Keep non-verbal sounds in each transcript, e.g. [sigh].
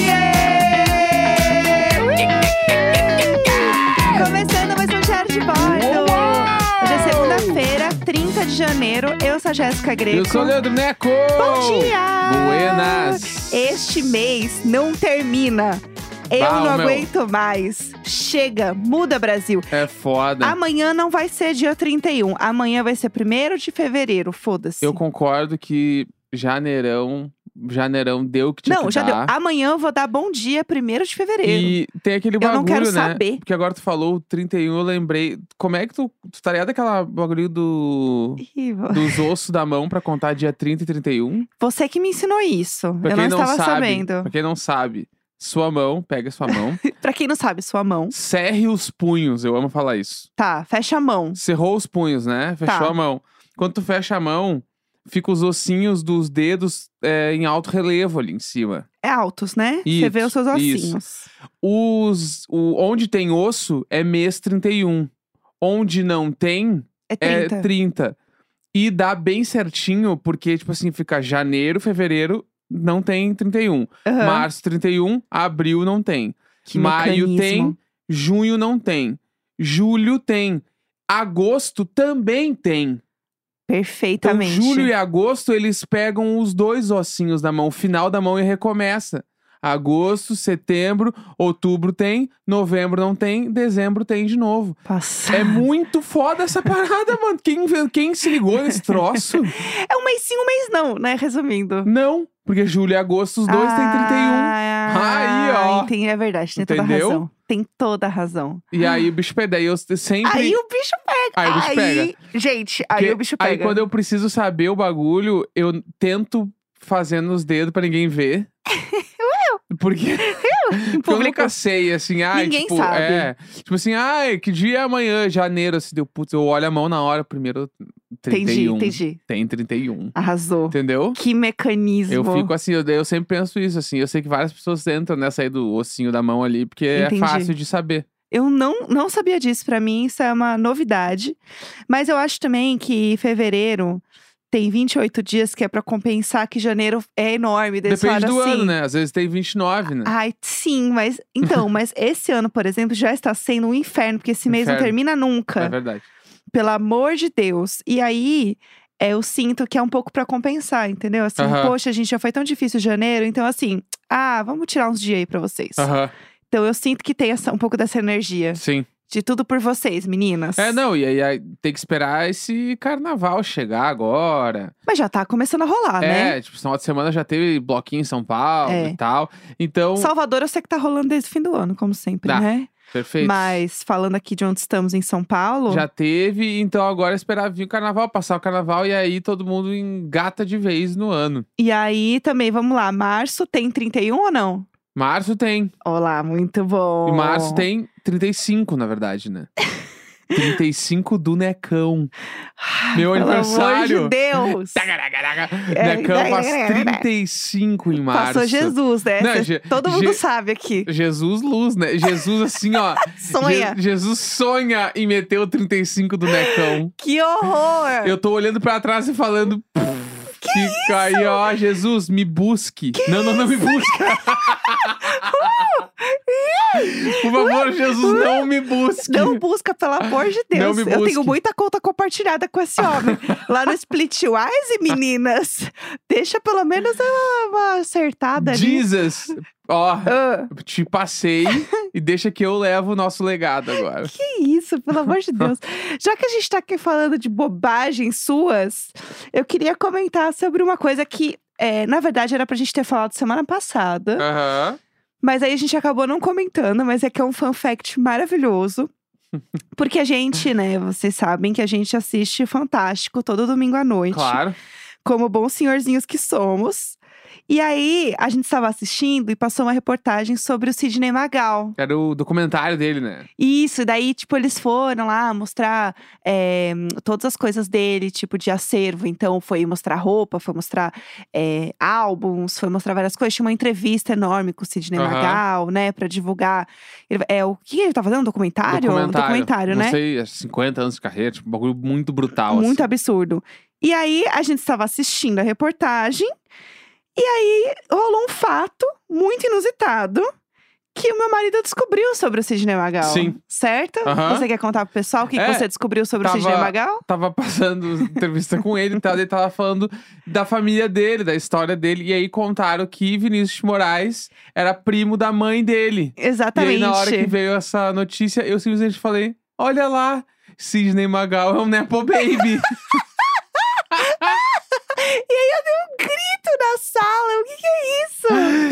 um é de Janeiro. Eu sou a Jéssica Greco. Eu sou o Leandro Neco! Bom dia! Buenas! Este mês não termina. Eu Bah, não meu. aguento mais. Chega, muda Brasil. É foda. Amanhã não vai ser dia 31. Amanhã vai ser 1 de fevereiro. Foda-se. Eu concordo que janeirão, janeirão deu o que tinha Não, que já deu. dar. Amanhã eu vou dar bom dia, 1 de fevereiro. E tem aquele Eu bagulho, não quero né? saber. Porque agora tu falou o 31, eu lembrei. Como é que tu. Tu tá ligado aquela bagulho do. Ih, vo- [laughs] Dos ossos da mão pra contar dia 30 e 31? Você que me ensinou isso. Pra eu quem não, estava sabe, sabendo. [laughs] Pra quem não sabe, sua mão, pega [laughs] sua mão, Pra quem não sabe, sua mão. cerre os punhos, eu amo falar isso. Tá, fecha a mão. Cerrou os punhos, né? Fechou Tá. a mão. Quando tu fecha a mão, fica os ossinhos dos dedos é, em alto relevo ali em cima. É altos, né? Você Isso, vê os seus isso. ossinhos. Os, o, onde tem osso é mês 31. Onde não tem É 30. é 30. E dá bem certinho, porque, tipo assim, fica janeiro, fevereiro, não tem 31. Aham. Março, 31. Abril, não tem. Tá. Que Maio mecanismo. tem, junho não tem. Julho tem. Agosto também tem. Então, Perfeitamente. julho e agosto, eles pegam os dois ossinhos da mão, o final da mão e recomeça. Agosto, setembro, outubro tem, novembro não tem, dezembro tem de novo. Passa. É muito foda essa parada, mano. Quem, inven- quem se ligou nesse [laughs] troço? É um mês sim, um mês não, né? Resumindo. Não, porque julho e agosto, os dois têm 31. Ah, Aí, ó. Entendi, é verdade, tem Entendeu? toda a razão. Tem toda a razão. um. E aí, o bicho, pega. Daí eu sempre. Aí o bicho pega. Aí o bicho pega. gente, aí Porque o bicho pega. Aí quando eu preciso saber o bagulho, eu tento fazer nos dedos pra [laughs] ninguém ver. Eu. Porque Em porque eu público. nunca sei, assim, ai, Ninguém tipo, sabe. é. Tipo assim, ai, que dia é amanhã? Janeiro, assim, deu putz, eu olho a mão na hora, primeiro 31. Entendi, entendi. Tem 31. Arrasou. Entendeu? Que mecanismo. Eu fico assim, eu, eu sempre penso isso, assim. Eu sei que várias pessoas entram nessa aí do ossinho da mão ali, porque Entendi. é fácil de saber. Eu não, não sabia disso. Pra mim, isso é uma novidade. Mas eu acho também que fevereiro tem 28 dias que é pra compensar que janeiro é enorme. Desse Depende lado, do assim. ano, né? Às vezes tem 29, né? Ai, sim, mas. Então, mas esse ano, por exemplo, já está sendo um inferno, porque esse mês não Inferno. termina é nunca. verdade. pelo amor de Deus. E aí, é, eu sinto que é um pouco pra compensar, entendeu? Assim, Aham. poxa, gente, já foi tão difícil janeiro, então assim, ah, vamos tirar uns dias aí pra vocês. Aham, Então eu sinto que tem essa- um pouco dessa energia. sim. De tudo por vocês, meninas. É, não, e aí, aí tem que esperar esse carnaval chegar agora. Mas já tá começando a rolar, é, né? tipo, final de semana já teve bloquinho em São Paulo É. e tal. Então, Salvador, eu sei que tá rolando desde o fim do ano, como sempre, Tá, né? perfeito. Mas falando aqui de onde estamos em São Paulo, Já teve, então agora é esperar vir o carnaval, passar o carnaval e aí todo mundo engata de vez no ano. e aí também, vamos lá, março tem 31 ou não? Março tem. Olá, muito bom. E março tem 35, na [laughs] verdade, né? 35 do Necão. Ai, Meu pelo aniversário. Tá, Amor de Deus. [laughs] É, Necão faz é, é, é. 35 em março. Passou Jesus, né? Não, Cê- Je- todo mundo Je- sabe aqui. Jesus luz, né? Jesus assim, ó. [laughs] Sonha. Je- Jesus sonha em meter o 35 do Necão. Que horror! Eu tô olhando pra trás e falando. "Pff, Que, aí, ó, Jesus, me busque. não, não, não [laughs] me busca. Por favor, Jesus, não me busque. Uh, Não busca, pelo amor de Deus. Não me Eu tenho busque. muita conta compartilhada com esse homem. Lá no Splitwise, meninas. Deixa pelo menos uma, uma acertada ali. Jesus, ó, Ah, te passei e deixa que eu levo o nosso legado agora. que isso, pelo amor de Deus. Já que a gente tá aqui falando de bobagens suas, eu queria comentar sobre uma coisa que, é, na verdade, era pra gente ter falado semana passada. Aham. Mas aí a gente acabou não comentando, mas é que é um fun fact maravilhoso. Porque a gente, né, vocês sabem que a gente assiste Fantástico todo domingo à noite. Claro. Como bons senhorzinhos que somos. E aí, a gente estava assistindo e passou uma reportagem sobre o Sidney Magal. Era o documentário dele, né? Isso, e daí, tipo, eles foram lá mostrar é, todas as coisas dele, tipo, de acervo. Então, foi mostrar roupa, foi mostrar é, álbuns, foi mostrar várias coisas. Tinha uma entrevista enorme com o Sidney Aham. Magal, né, pra divulgar. Ele- é, o que ele tá fazendo? Um documentário? Um documentário. documentário, Não né? sei, acho que 50 anos de carreira, tipo, um bagulho muito brutal. Muito assim. absurdo. E aí, a gente estava assistindo a reportagem. E aí, rolou um fato muito inusitado. que o meu marido descobriu sobre o Sidney Magal. Sim. Certo? Aham. Você quer contar pro pessoal o que, que É, você descobriu sobre tava- o Sidney Magal? Tava passando entrevista com ele e tal, ele tava falando da família dele, da história dele. E aí contaram que Vinícius de Moraes era primo da mãe dele. Exatamente. E aí, na hora que veio essa notícia, eu simplesmente falei: Olha lá, Sidney Magal é um Nepo Baby. um Grito na sala, o que, que é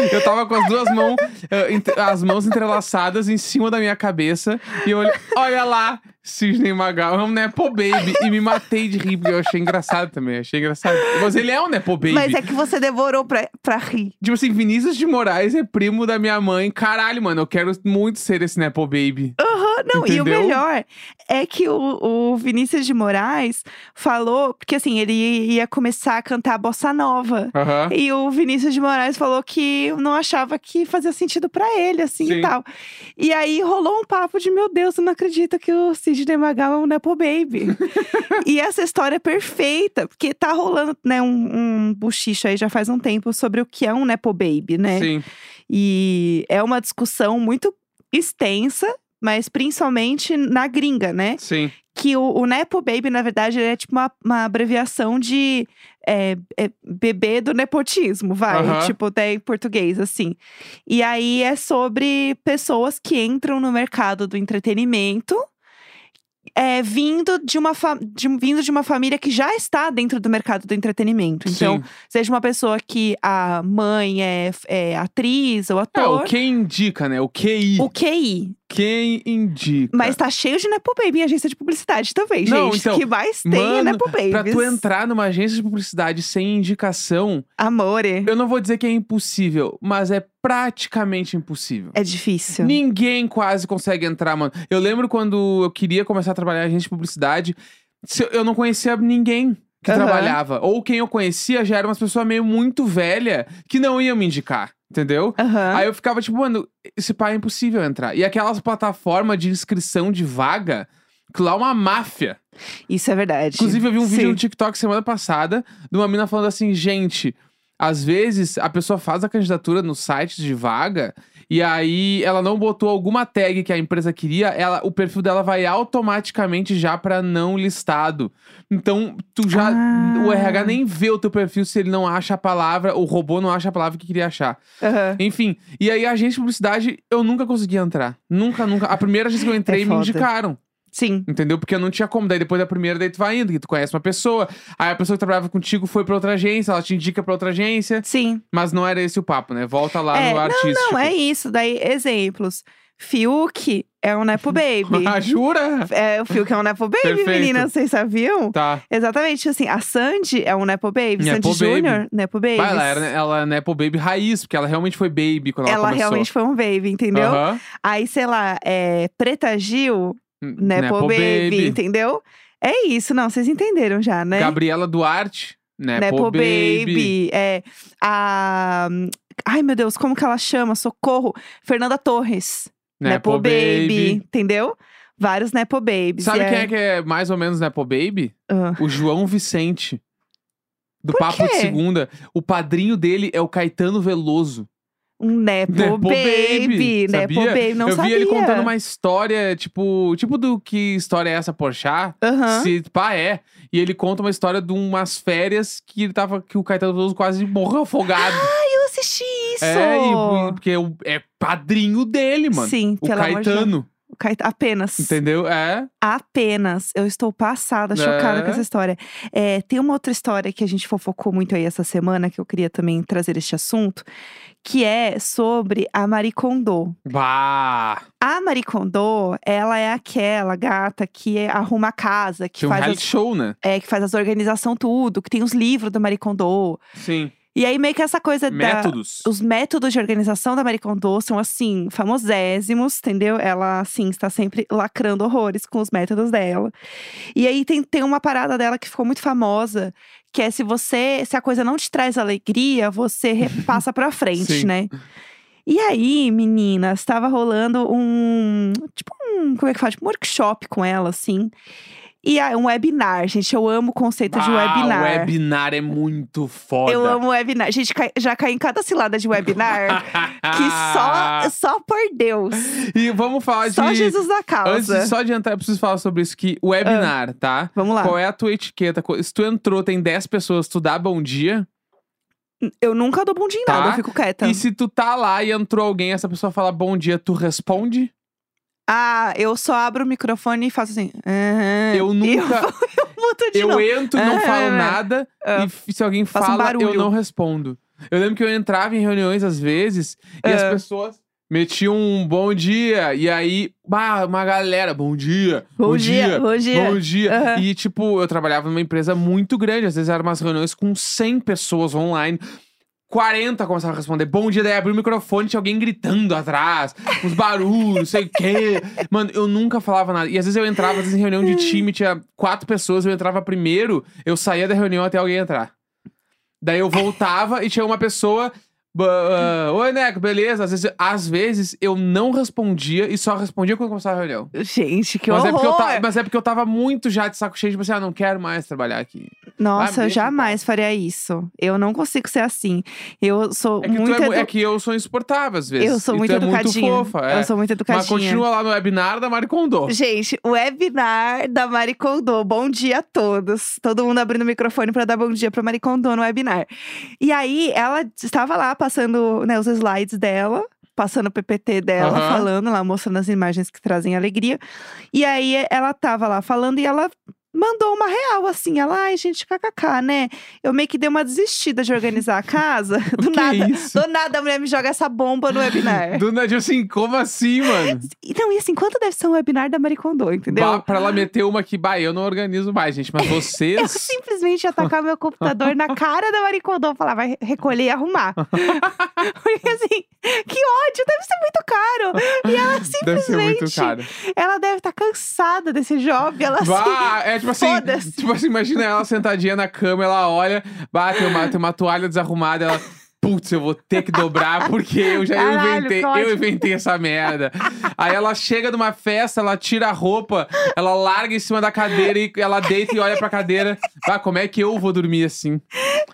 isso? eu tava com as duas mãos, eh, entre- as mãos entrelaçadas em cima da minha cabeça. E eu olhei: Olha lá, Sidney Magal é um Nepo Baby. E me matei de rir, porque eu achei engraçado também. Achei engraçado. Mas ele é um Nepo Baby. Mas é que você devorou pra, pra rir. Tipo assim, Vinícius de Moraes é primo da minha mãe. Caralho, mano, eu quero muito ser esse Nepo Baby. Aham, não, e o Entendeu? melhor é que o, o Vinícius de Moraes falou, porque assim, ele ia começar a cantar bossa nova. [laughs] Aham. E o Vinícius de Moraes falou que não achava que fazia sentido pra ele, assim Sim. e tal. E aí rolou um papo de: meu Deus, eu não acredito que o Sidney Magal é um Nepo [laughs] Baby. e essa história é perfeita, porque tá rolando né, um, um buchicho aí já faz um tempo sobre o que é um Nepo Baby, né? Sim. E é uma discussão muito extensa, mas principalmente na gringa, né? Sim. que o, o Nepo Baby, na verdade, ele é tipo uma, uma abreviação de é, é, bebê do nepotismo, vai. Aham. Tipo, até em português, assim. E aí é sobre pessoas que entram no mercado do entretenimento. é, vindo, de uma fa- de, vindo de uma família que já está dentro do mercado do entretenimento. Então, sim. seja uma pessoa que a mãe é, é atriz ou É, o ator. que indica, né? O QI. o QI. Quem indica. Mas tá cheio de Nepo Baby em agência de publicidade também, É. Não, gente. então, o que mais tem é mano, Nepo Babies. Pra tu entrar numa agência de publicidade sem indicação, Amore. eu não vou dizer que é impossível, mas é praticamente impossível. É difícil. Ninguém quase consegue entrar, mano. Eu lembro quando eu queria começar a trabalhar em agência de publicidade, se eu- eu não conhecia ninguém que Aham. trabalhava. Ou quem eu conhecia já era umas pessoas meio muito velha que não iam me indicar, entendeu? Aham. Aí eu ficava tipo, mano, esse pai é impossível entrar. E aquelas plataformas de inscrição de vaga, que lá é uma máfia. Isso é verdade. Inclusive, eu vi um vídeo no Sim. TikTok semana passada de uma mina falando assim, gente. Às vezes a pessoa faz a candidatura no site de vaga e aí ela não botou alguma tag que a empresa queria, ela, o perfil dela vai automaticamente já pra não listado. Então, tu já Ah. o RH nem vê o teu perfil se ele não acha a palavra, o robô não acha a palavra que queria achar. Aham. Enfim, e aí a agência de publicidade eu nunca consegui entrar. Nunca, nunca. A primeira agência que eu entrei me É foda. indicaram. Sim. Entendeu? Porque eu não tinha como. Daí depois da primeira, daí tu vai indo, que tu conhece uma pessoa. Aí a pessoa que trabalhava contigo foi pra outra agência, ela te indica pra outra agência. Sim. Mas não era esse o papo, né? Volta lá É, no tipo. não, artístico. Não, [laughs] é isso. Daí, exemplos. Fiuk é um Nepo [laughs] Baby. Ah, jura? é, o Fiuk é um Nepo Baby, Perfeito. meninas. Vocês sabiam? Tá. Exatamente, assim, a Sandy é um Nepo Baby. Nepo Sandy Baby. Júnior, Nepo Baby. Vai, ela, era, ela é Nepo Baby raiz, porque ela realmente foi baby quando ela, Ela começou. realmente foi um baby, entendeu? Aham. Aí, sei lá, é, Preta Gil, Nepo, Né, baby, entendeu? É isso, não, vocês entenderam já, né? Gabriela Duarte, Nepo, Baby. É, a... Ai, meu Deus, como que ela chama? Socorro. Fernanda Torres. Nepo, Baby. Entendeu? Vários Nepo Babies. Sabe e quem é que é mais ou menos Nepo Baby? Ah. O João Vicente. Do Por Papo de quê? Segunda. O padrinho dele é o Caetano Veloso. Um Nepo, Nepo Baby. Baby, Nepo sabia? Baby, não Eu sabia. vi ele contando uma história, tipo, tipo do que história é essa, Porchat? Aham. Se pá é. E ele conta uma história de umas férias que ele tava. que o Caetano Veloso quase morreu afogado. Eu assisti isso! é, e- e- porque o- é padrinho dele, mano. Sim, o pelo amor de Deus. Caetano, O Caetano. Apenas. entendeu? É. Apenas. Eu estou passada, chocada É. com essa história. É, tem uma outra história que a gente fofocou muito aí essa semana, que eu queria também trazer este assunto, que é sobre a Marie Kondo. Bah! A Marie Kondo, ela é aquela gata que é- arruma a casa, que Tinha um faz, reality as, show, né? é, que faz as organização tudo, que tem os livros da Marie Kondo. Sim. E aí meio que essa coisa da, Métodos. os métodos de organização da Marie Kondo são, assim, famosésimos, entendeu? Ela, assim, está sempre lacrando horrores com os métodos dela. E aí tem, tem uma parada dela que ficou muito famosa, que é se você… Se a coisa não te traz alegria, você [laughs] repassa pra frente, Sim. né? E aí, meninas, estava rolando um… Tipo um… Como é que fala? Tipo um workshop com ela, assim. E ah, um webinar, gente. Eu amo o conceito de Ah, webinar. webinar é muito foda. Eu amo webinar. Gente, cai- já caí em cada cilada de [laughs] webinar [laughs] que só, só por [gasps] Deus. E vamos falar Ah. de. Só Jesus né? na Antes causa. de só de entrar, eu preciso falar sobre isso que webinar, Ah. tá? Vamos lá. Qual é a tua etiqueta? Co- Se tu entrou, tem 10 pessoas, tu dá bom dia. Eu nunca dou bom dia em Tá. nada, eu fico quieta. E se tu tá lá e entrou alguém, essa pessoa fala bom dia, tu responde? Ah, eu só abro o microfone e faço assim. aham. Eu E eu- nunca. [laughs] eu mudo de Eu, novo. entro e não É, falo é, é. nada. E f- se alguém Faço um fala, eu barulho. não respondo. Eu lembro que eu entrava em reuniões às vezes e É. as pessoas metiam um bom dia. E aí, bah, uma galera, bom dia. Bom, dia, bom dia. Bom dia. Aham. E, tipo, eu trabalhava numa empresa muito grande. Às vezes eram umas reuniões com 100 pessoas online. 40 começavam a responder bom dia, daí abriu o microfone, tinha alguém gritando atrás, uns barulhos, sei o quê. Mano, eu nunca falava nada. E às vezes eu entrava, às vezes em reunião de time, tinha quatro pessoas, eu entrava primeiro, eu saía da reunião até alguém entrar. Daí eu voltava e tinha uma pessoa. "Ba- ah, Oi, Neco, beleza? Às vezes, às vezes eu não respondia e só respondia quando começava a reunião Gente, que mas, é porque eu horror. ta- mas é porque eu tava muito já de saco cheio, tipo assim, ah, não quero mais trabalhar aqui. Nossa, Vai eu bem, jamais faria isso. Eu não consigo ser assim. Eu sou É que, muito tu é, mu- edu- é que eu sou insuportável às vezes. Eu sou e muito tu educadinha. É muito fofa, é. Eu sou muito educadinha. Mas continua lá no webinar da Mari Kondo. [laughs] Gente, o webinar da Mari Kondo. Bom dia a todos. Todo mundo abrindo o microfone para dar bom dia para Mari Kondo no webinar. E aí, ela estava lá passando né, os slides dela, passando o PPT dela, Aham. falando lá, mostrando as imagens que trazem alegria. E aí, ela tava lá falando e ela mandou uma real, assim. Ela, ai, gente, kkk, né? Eu meio que dei uma desistida de organizar a [laughs] casa. Do que nada, é isso? do nada a mulher me joga essa bomba no [laughs] webinar. Do nada, tipo assim, como assim, mano? Então, e assim, quanto deve ser um webinar da Marie Kondo, [laughs] entendeu? Bah, pra ela meter uma que, bah, eu não organizo mais, gente. Mas [laughs] [laughs] Eu vocês. simplesmente ia atacar meu computador [laughs] na cara da Maricondon e falar, vai recolher e arrumar. Porque assim, que ódio, deve ser muito caro. E ela Deve ser muito simplesmente, caro. ela deve estar cansada desse job. Ela assim, Bah, é tipo assim, foda-se. tipo assim, imagina ela sentadinha na cama, ela olha, bah, tem uma, tem uma toalha desarrumada, ela, putz, eu vou ter que dobrar porque eu já eu Caralho, inventei, que eu ótimo. inventei essa merda. Aí ela chega numa festa, ela tira a roupa, ela larga em cima da cadeira e ela deita e olha pra cadeira, bah, como é que eu vou dormir assim?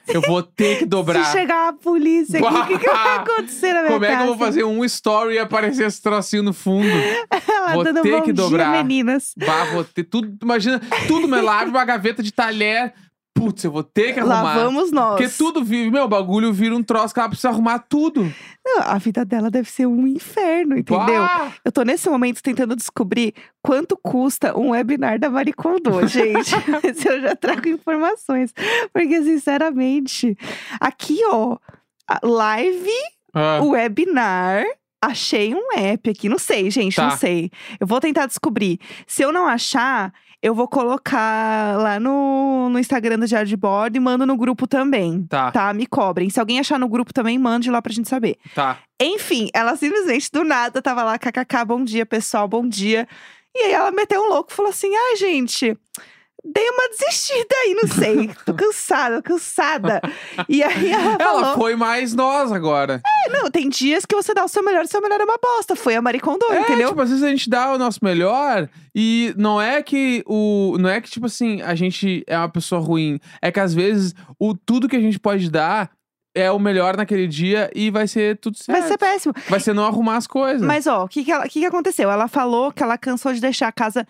Eu vou ter que se dobrar. chegar a polícia aqui, o que, que vai acontecer na minha Como é que casa? eu vou fazer um story e aparecer esse trocinho no fundo? Ela Vou dando ter bom que dobrar. dia, meninas. Bah, vou ter tudo. Imagina, tudo, mas lá abre uma gaveta de talher. Putz, eu vou ter que Lá arrumar. vamos nós. Porque tudo vive, meu, o bagulho vira um troço que ela precisa arrumar tudo. Não, a vida dela deve ser um inferno, entendeu? Bah! Eu tô nesse momento tentando descobrir quanto custa um webinar da Marie Kondo, [laughs] gente. [laughs] Mas eu já trago informações. Porque, sinceramente, aqui, ó, a live, Um Ah, webinar. Achei um app aqui. Não sei, gente, Tá. não sei. Eu vou tentar descobrir. Se eu não achar, eu vou colocar lá no, no Instagram do Diário de Bordo e mando no grupo também. tá, Tá, me cobrem. Se alguém achar no grupo também, mande lá pra gente saber. tá. Enfim, ela simplesmente do nada tava lá, kkk, bom dia pessoal, bom dia. E aí ela meteu um louco, falou assim: ai, gente, dei uma desistida aí, não sei, [laughs] tô cansada, tô cansada. E aí ela, Ela falou: foi mais nós agora. "É, não, tem dias que você dá o seu melhor, o seu melhor é uma bosta. Foi a Maricondo, entendeu? tipo, às vezes a gente dá o nosso melhor e não é que o. Não é que, tipo assim, a gente é uma pessoa ruim. É que às vezes o tudo que a gente pode dar é o melhor naquele dia e vai ser tudo certo. Hum. Vai ser péssimo. Vai ser não arrumar as coisas. Mas ó, o que que, ela- o que que aconteceu? Ela falou que ela cansou de deixar a casa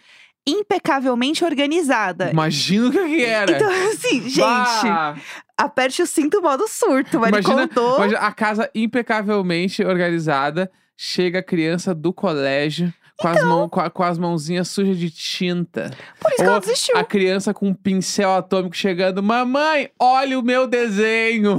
impecavelmente organizada. Imagina o que que era. Então, assim, gente, Bah! aperte o cinto modo surto. Maricondo. Imagina a casa impecavelmente organizada, chega a criança do colégio com, Então. as, mão, com, a- com as mãozinhas sujas de tinta. Por isso que Ou ela desistiu. A criança com um pincel atômico chegando, mamãe, olha o meu desenho.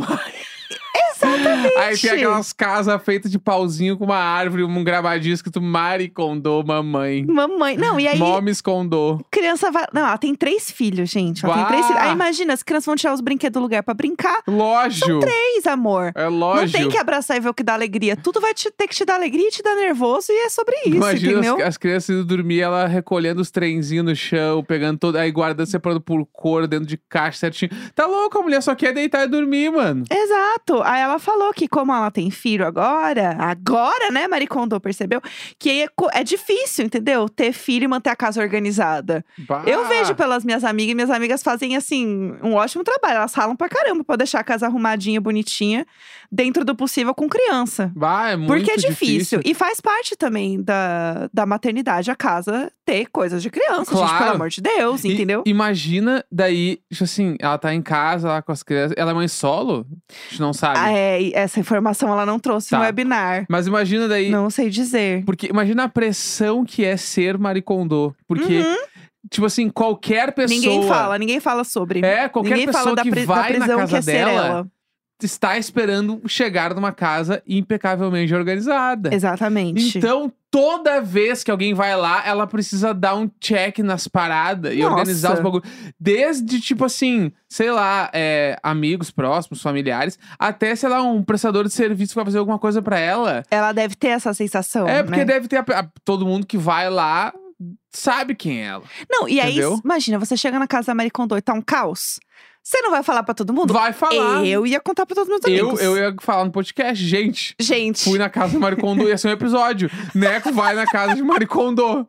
Exatamente. Aí tem aquelas casas feitas de pauzinho com uma árvore, um gravadinho escrito Mari Condô, mamãe. Mamãe. Não, e aí, Momes Condô. criança vai. Não, ela tem três filhos, gente. Ela Bah! tem três filhos. Aí imagina, as crianças vão tirar os brinquedos do lugar pra brincar. Lógio. Três, amor. É Não tem lógio. que abraçar e ver o que dá alegria. Tudo vai te- ter que te dar alegria e te dar nervoso, e é sobre isso, Imagina entendeu? as, as crianças indo dormir, ela recolhendo os trenzinhos no chão, pegando todo, aí guardando, separando por cor, dentro de caixa certinho. Tá louco, a mulher só quer deitar e dormir, mano. Exato. Aí ela falou que, como ela tem filho agora, agora, né, Maricondo, percebeu? Que é, co- é difícil, entendeu? Ter filho e manter a casa organizada. Bah! Eu vejo pelas minhas amigas, e minhas amigas fazem, assim, um ótimo trabalho. Elas ralam pra caramba pra deixar a casa arrumadinha, bonitinha, dentro do possível com criança. Bah, é muito Porque é difícil. E faz parte também da, da maternidade a casa ter coisas de criança, gente, Claro. pelo amor de Deus, E entendeu? Imagina, daí, tipo assim, ela tá em casa lá com as crianças. Ela é mãe solo? A gente não sabe. Ah, é, e essa informação ela não trouxe Tá. no webinar. Mas imagina daí. Não sei dizer. Porque imagina a pressão que é ser maricondô. Porque, Uhum. tipo assim, qualquer pessoa. Ninguém fala, ninguém fala sobre. É, qualquer ninguém pessoa fala da, que pri- da vai na prisão casa que é ser dela ela. está esperando chegar numa casa impecavelmente organizada. Exatamente. Então, toda vez que alguém vai lá, ela precisa dar um check nas paradas e Nossa. organizar os bagulhos. Desde, tipo assim, sei lá, é, amigos próximos, familiares, até, sei lá, um prestador de serviço que vai fazer alguma coisa pra ela. ela deve ter essa sensação. é, porque né? deve ter. a- a- todo mundo que vai lá sabe quem é ela. Não, e aí, Entendeu? imagina, você chega na casa da Marie Kondo e tá um caos. Você não vai falar pra todo mundo? Vai falar. Eu ia contar pra todos os meus eu, amigos. eu ia falar no podcast, gente. Gente, Fui na casa de Maricondo, ia ser um episódio. Neco vai na casa [laughs] de Maricondo.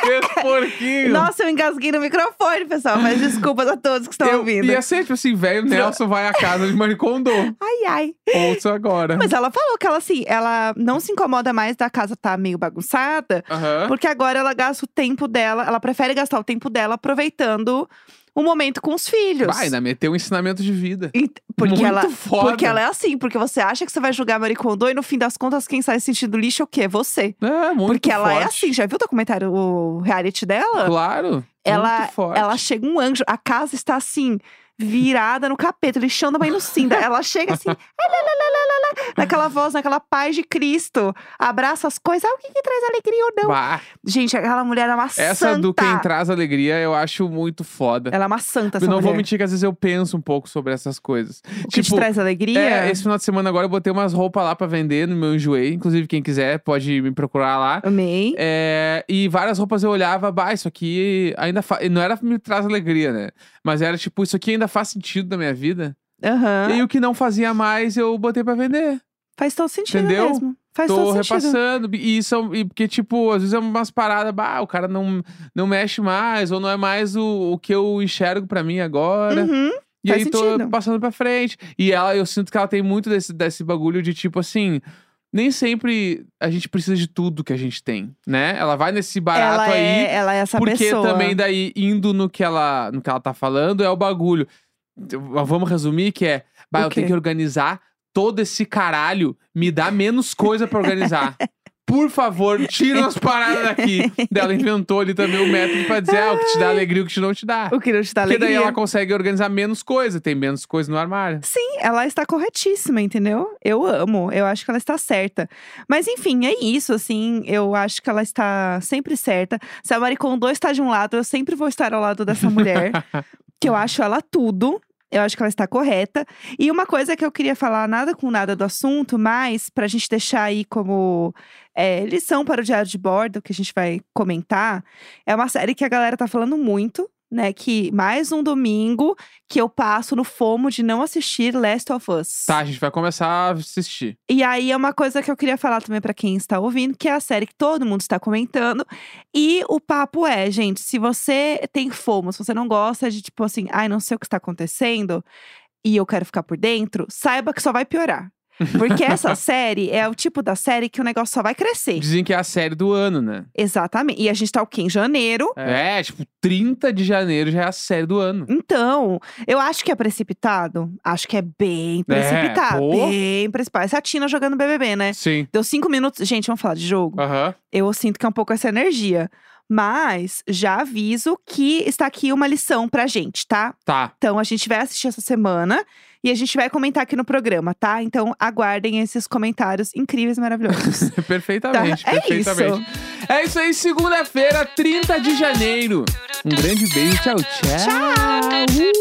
Fez porquinho. nossa, eu engasguei no microfone, pessoal. Mas [laughs] desculpas a todos que estão eu ouvindo. Ia ser tipo assim, velho Nelson vai à casa de Maricondo. Ai, ai. Ouça agora. Mas ela falou que ela, assim, ela não se incomoda mais da casa tá meio bagunçada. Aham. Porque agora ela gasta o tempo dela, ela prefere gastar o tempo dela aproveitando o momento com os filhos. Vai, ainda meteu um ensinamento de vida. E- Porque Muito ela, foda. porque ela é assim, porque você acha que você vai julgar a Marie Kondo e no fim das contas quem sai sentindo lixo é o quê? Você. É, muito porque ela é forte. assim, já viu o documentário, o reality dela? Claro. Ela, muito forte. ela chega um anjo, a casa está assim, virada no capeta, lixando a mãe no [laughs] cinda. Ela chega assim, lá, lá, lá, lá, lá, lá, naquela voz, naquela paz de Cristo, abraça as coisas, ah, o que, que traz alegria ou não. Bah, Gente, aquela mulher é uma essa santa. do quem traz alegria eu acho muito foda. Ela é uma santa, essa eu não mulher. vou mentir que às vezes eu penso um pouco sobre essas coisas. O que te traz alegria? É, esse final de semana agora eu botei umas roupas lá pra vender no meu enjoei. Inclusive, quem quiser pode me procurar lá. Amei. É, e várias roupas eu olhava, bah, isso aqui ainda fa... Não era me traz alegria, né? Mas era tipo, isso aqui ainda faz sentido na minha vida. Aham. E aí o que não fazia mais, eu botei pra vender. Faz todo sentido Entendeu? mesmo. Faz Tô todo sentido. repassando. E isso é um- e porque, tipo, às vezes é umas paradas, bah, o cara não, não mexe mais, ou não é mais o, o que eu enxergo pra mim agora. Uhum. E Faz aí tô sentido. passando pra frente. E ela, eu sinto que ela tem muito desse, desse bagulho de tipo assim. Nem sempre a gente precisa de tudo que a gente tem, né? Ela vai nesse barato ela, aí. é, ela é essa porque pessoa. também daí, indo no que, ela, no que ela tá falando, é o bagulho. V- Vamos resumir que é. Bah, O eu tenho quê? que organizar todo esse caralho. Me dá menos coisa [laughs] pra organizar. Por favor, tira as paradas daqui. Daí Ela inventou ali também o método pra dizer ah, o que te dá alegria e o que te não te dá. O que não te dá Porque daí alegria. ela consegue organizar menos coisa, tem menos coisa no armário. Sim, ela está corretíssima, entendeu? Eu amo, eu acho que ela está certa. Mas enfim, é isso, assim, eu acho que ela está sempre certa. Se a Maricondo está de um lado, eu sempre vou estar ao lado dessa mulher, que eu acho ela tudo. Eu acho que ela está correta. E uma coisa que eu queria falar, nada com nada do assunto, mas pra gente deixar aí como é, lição para o diário de bordo, que a gente vai comentar, é uma série que a galera tá falando muito, né? Que mais um domingo que eu passo no fomo de não assistir Last of Us. Tá, a gente vai começar a assistir. E aí é uma coisa que eu queria falar também pra quem está ouvindo, que é a série que todo mundo está comentando. E o papo é, gente, se você tem fomo, se você não gosta de tipo assim, ai, não sei o que está acontecendo e eu quero ficar por dentro, saiba que só vai piorar. Porque essa série é o tipo da série que o negócio só vai crescer. Dizem que é a série do ano, né? Exatamente. E a gente tá o quê? Em janeiro. É, tipo, 30 de janeiro já é a série do ano. Então, eu acho que é precipitado. Acho que é bem precipitado. pô. bem precipitado. Essa é a Tina jogando BBB, né? Sim. Deu cinco minutos. Gente, vamos falar de jogo? Aham. Eu sinto que é um pouco essa energia. Mas já aviso que está aqui uma lição pra gente, tá? Tá. [laughs] Então a gente vai assistir essa semana e a gente vai comentar aqui no programa, tá? Então aguardem esses comentários incríveis e maravilhosos. Perfeitamente, Tá, é perfeitamente. É isso aí, segunda-feira, 30 de janeiro. Um grande beijo, tchau, tchau. Tchau!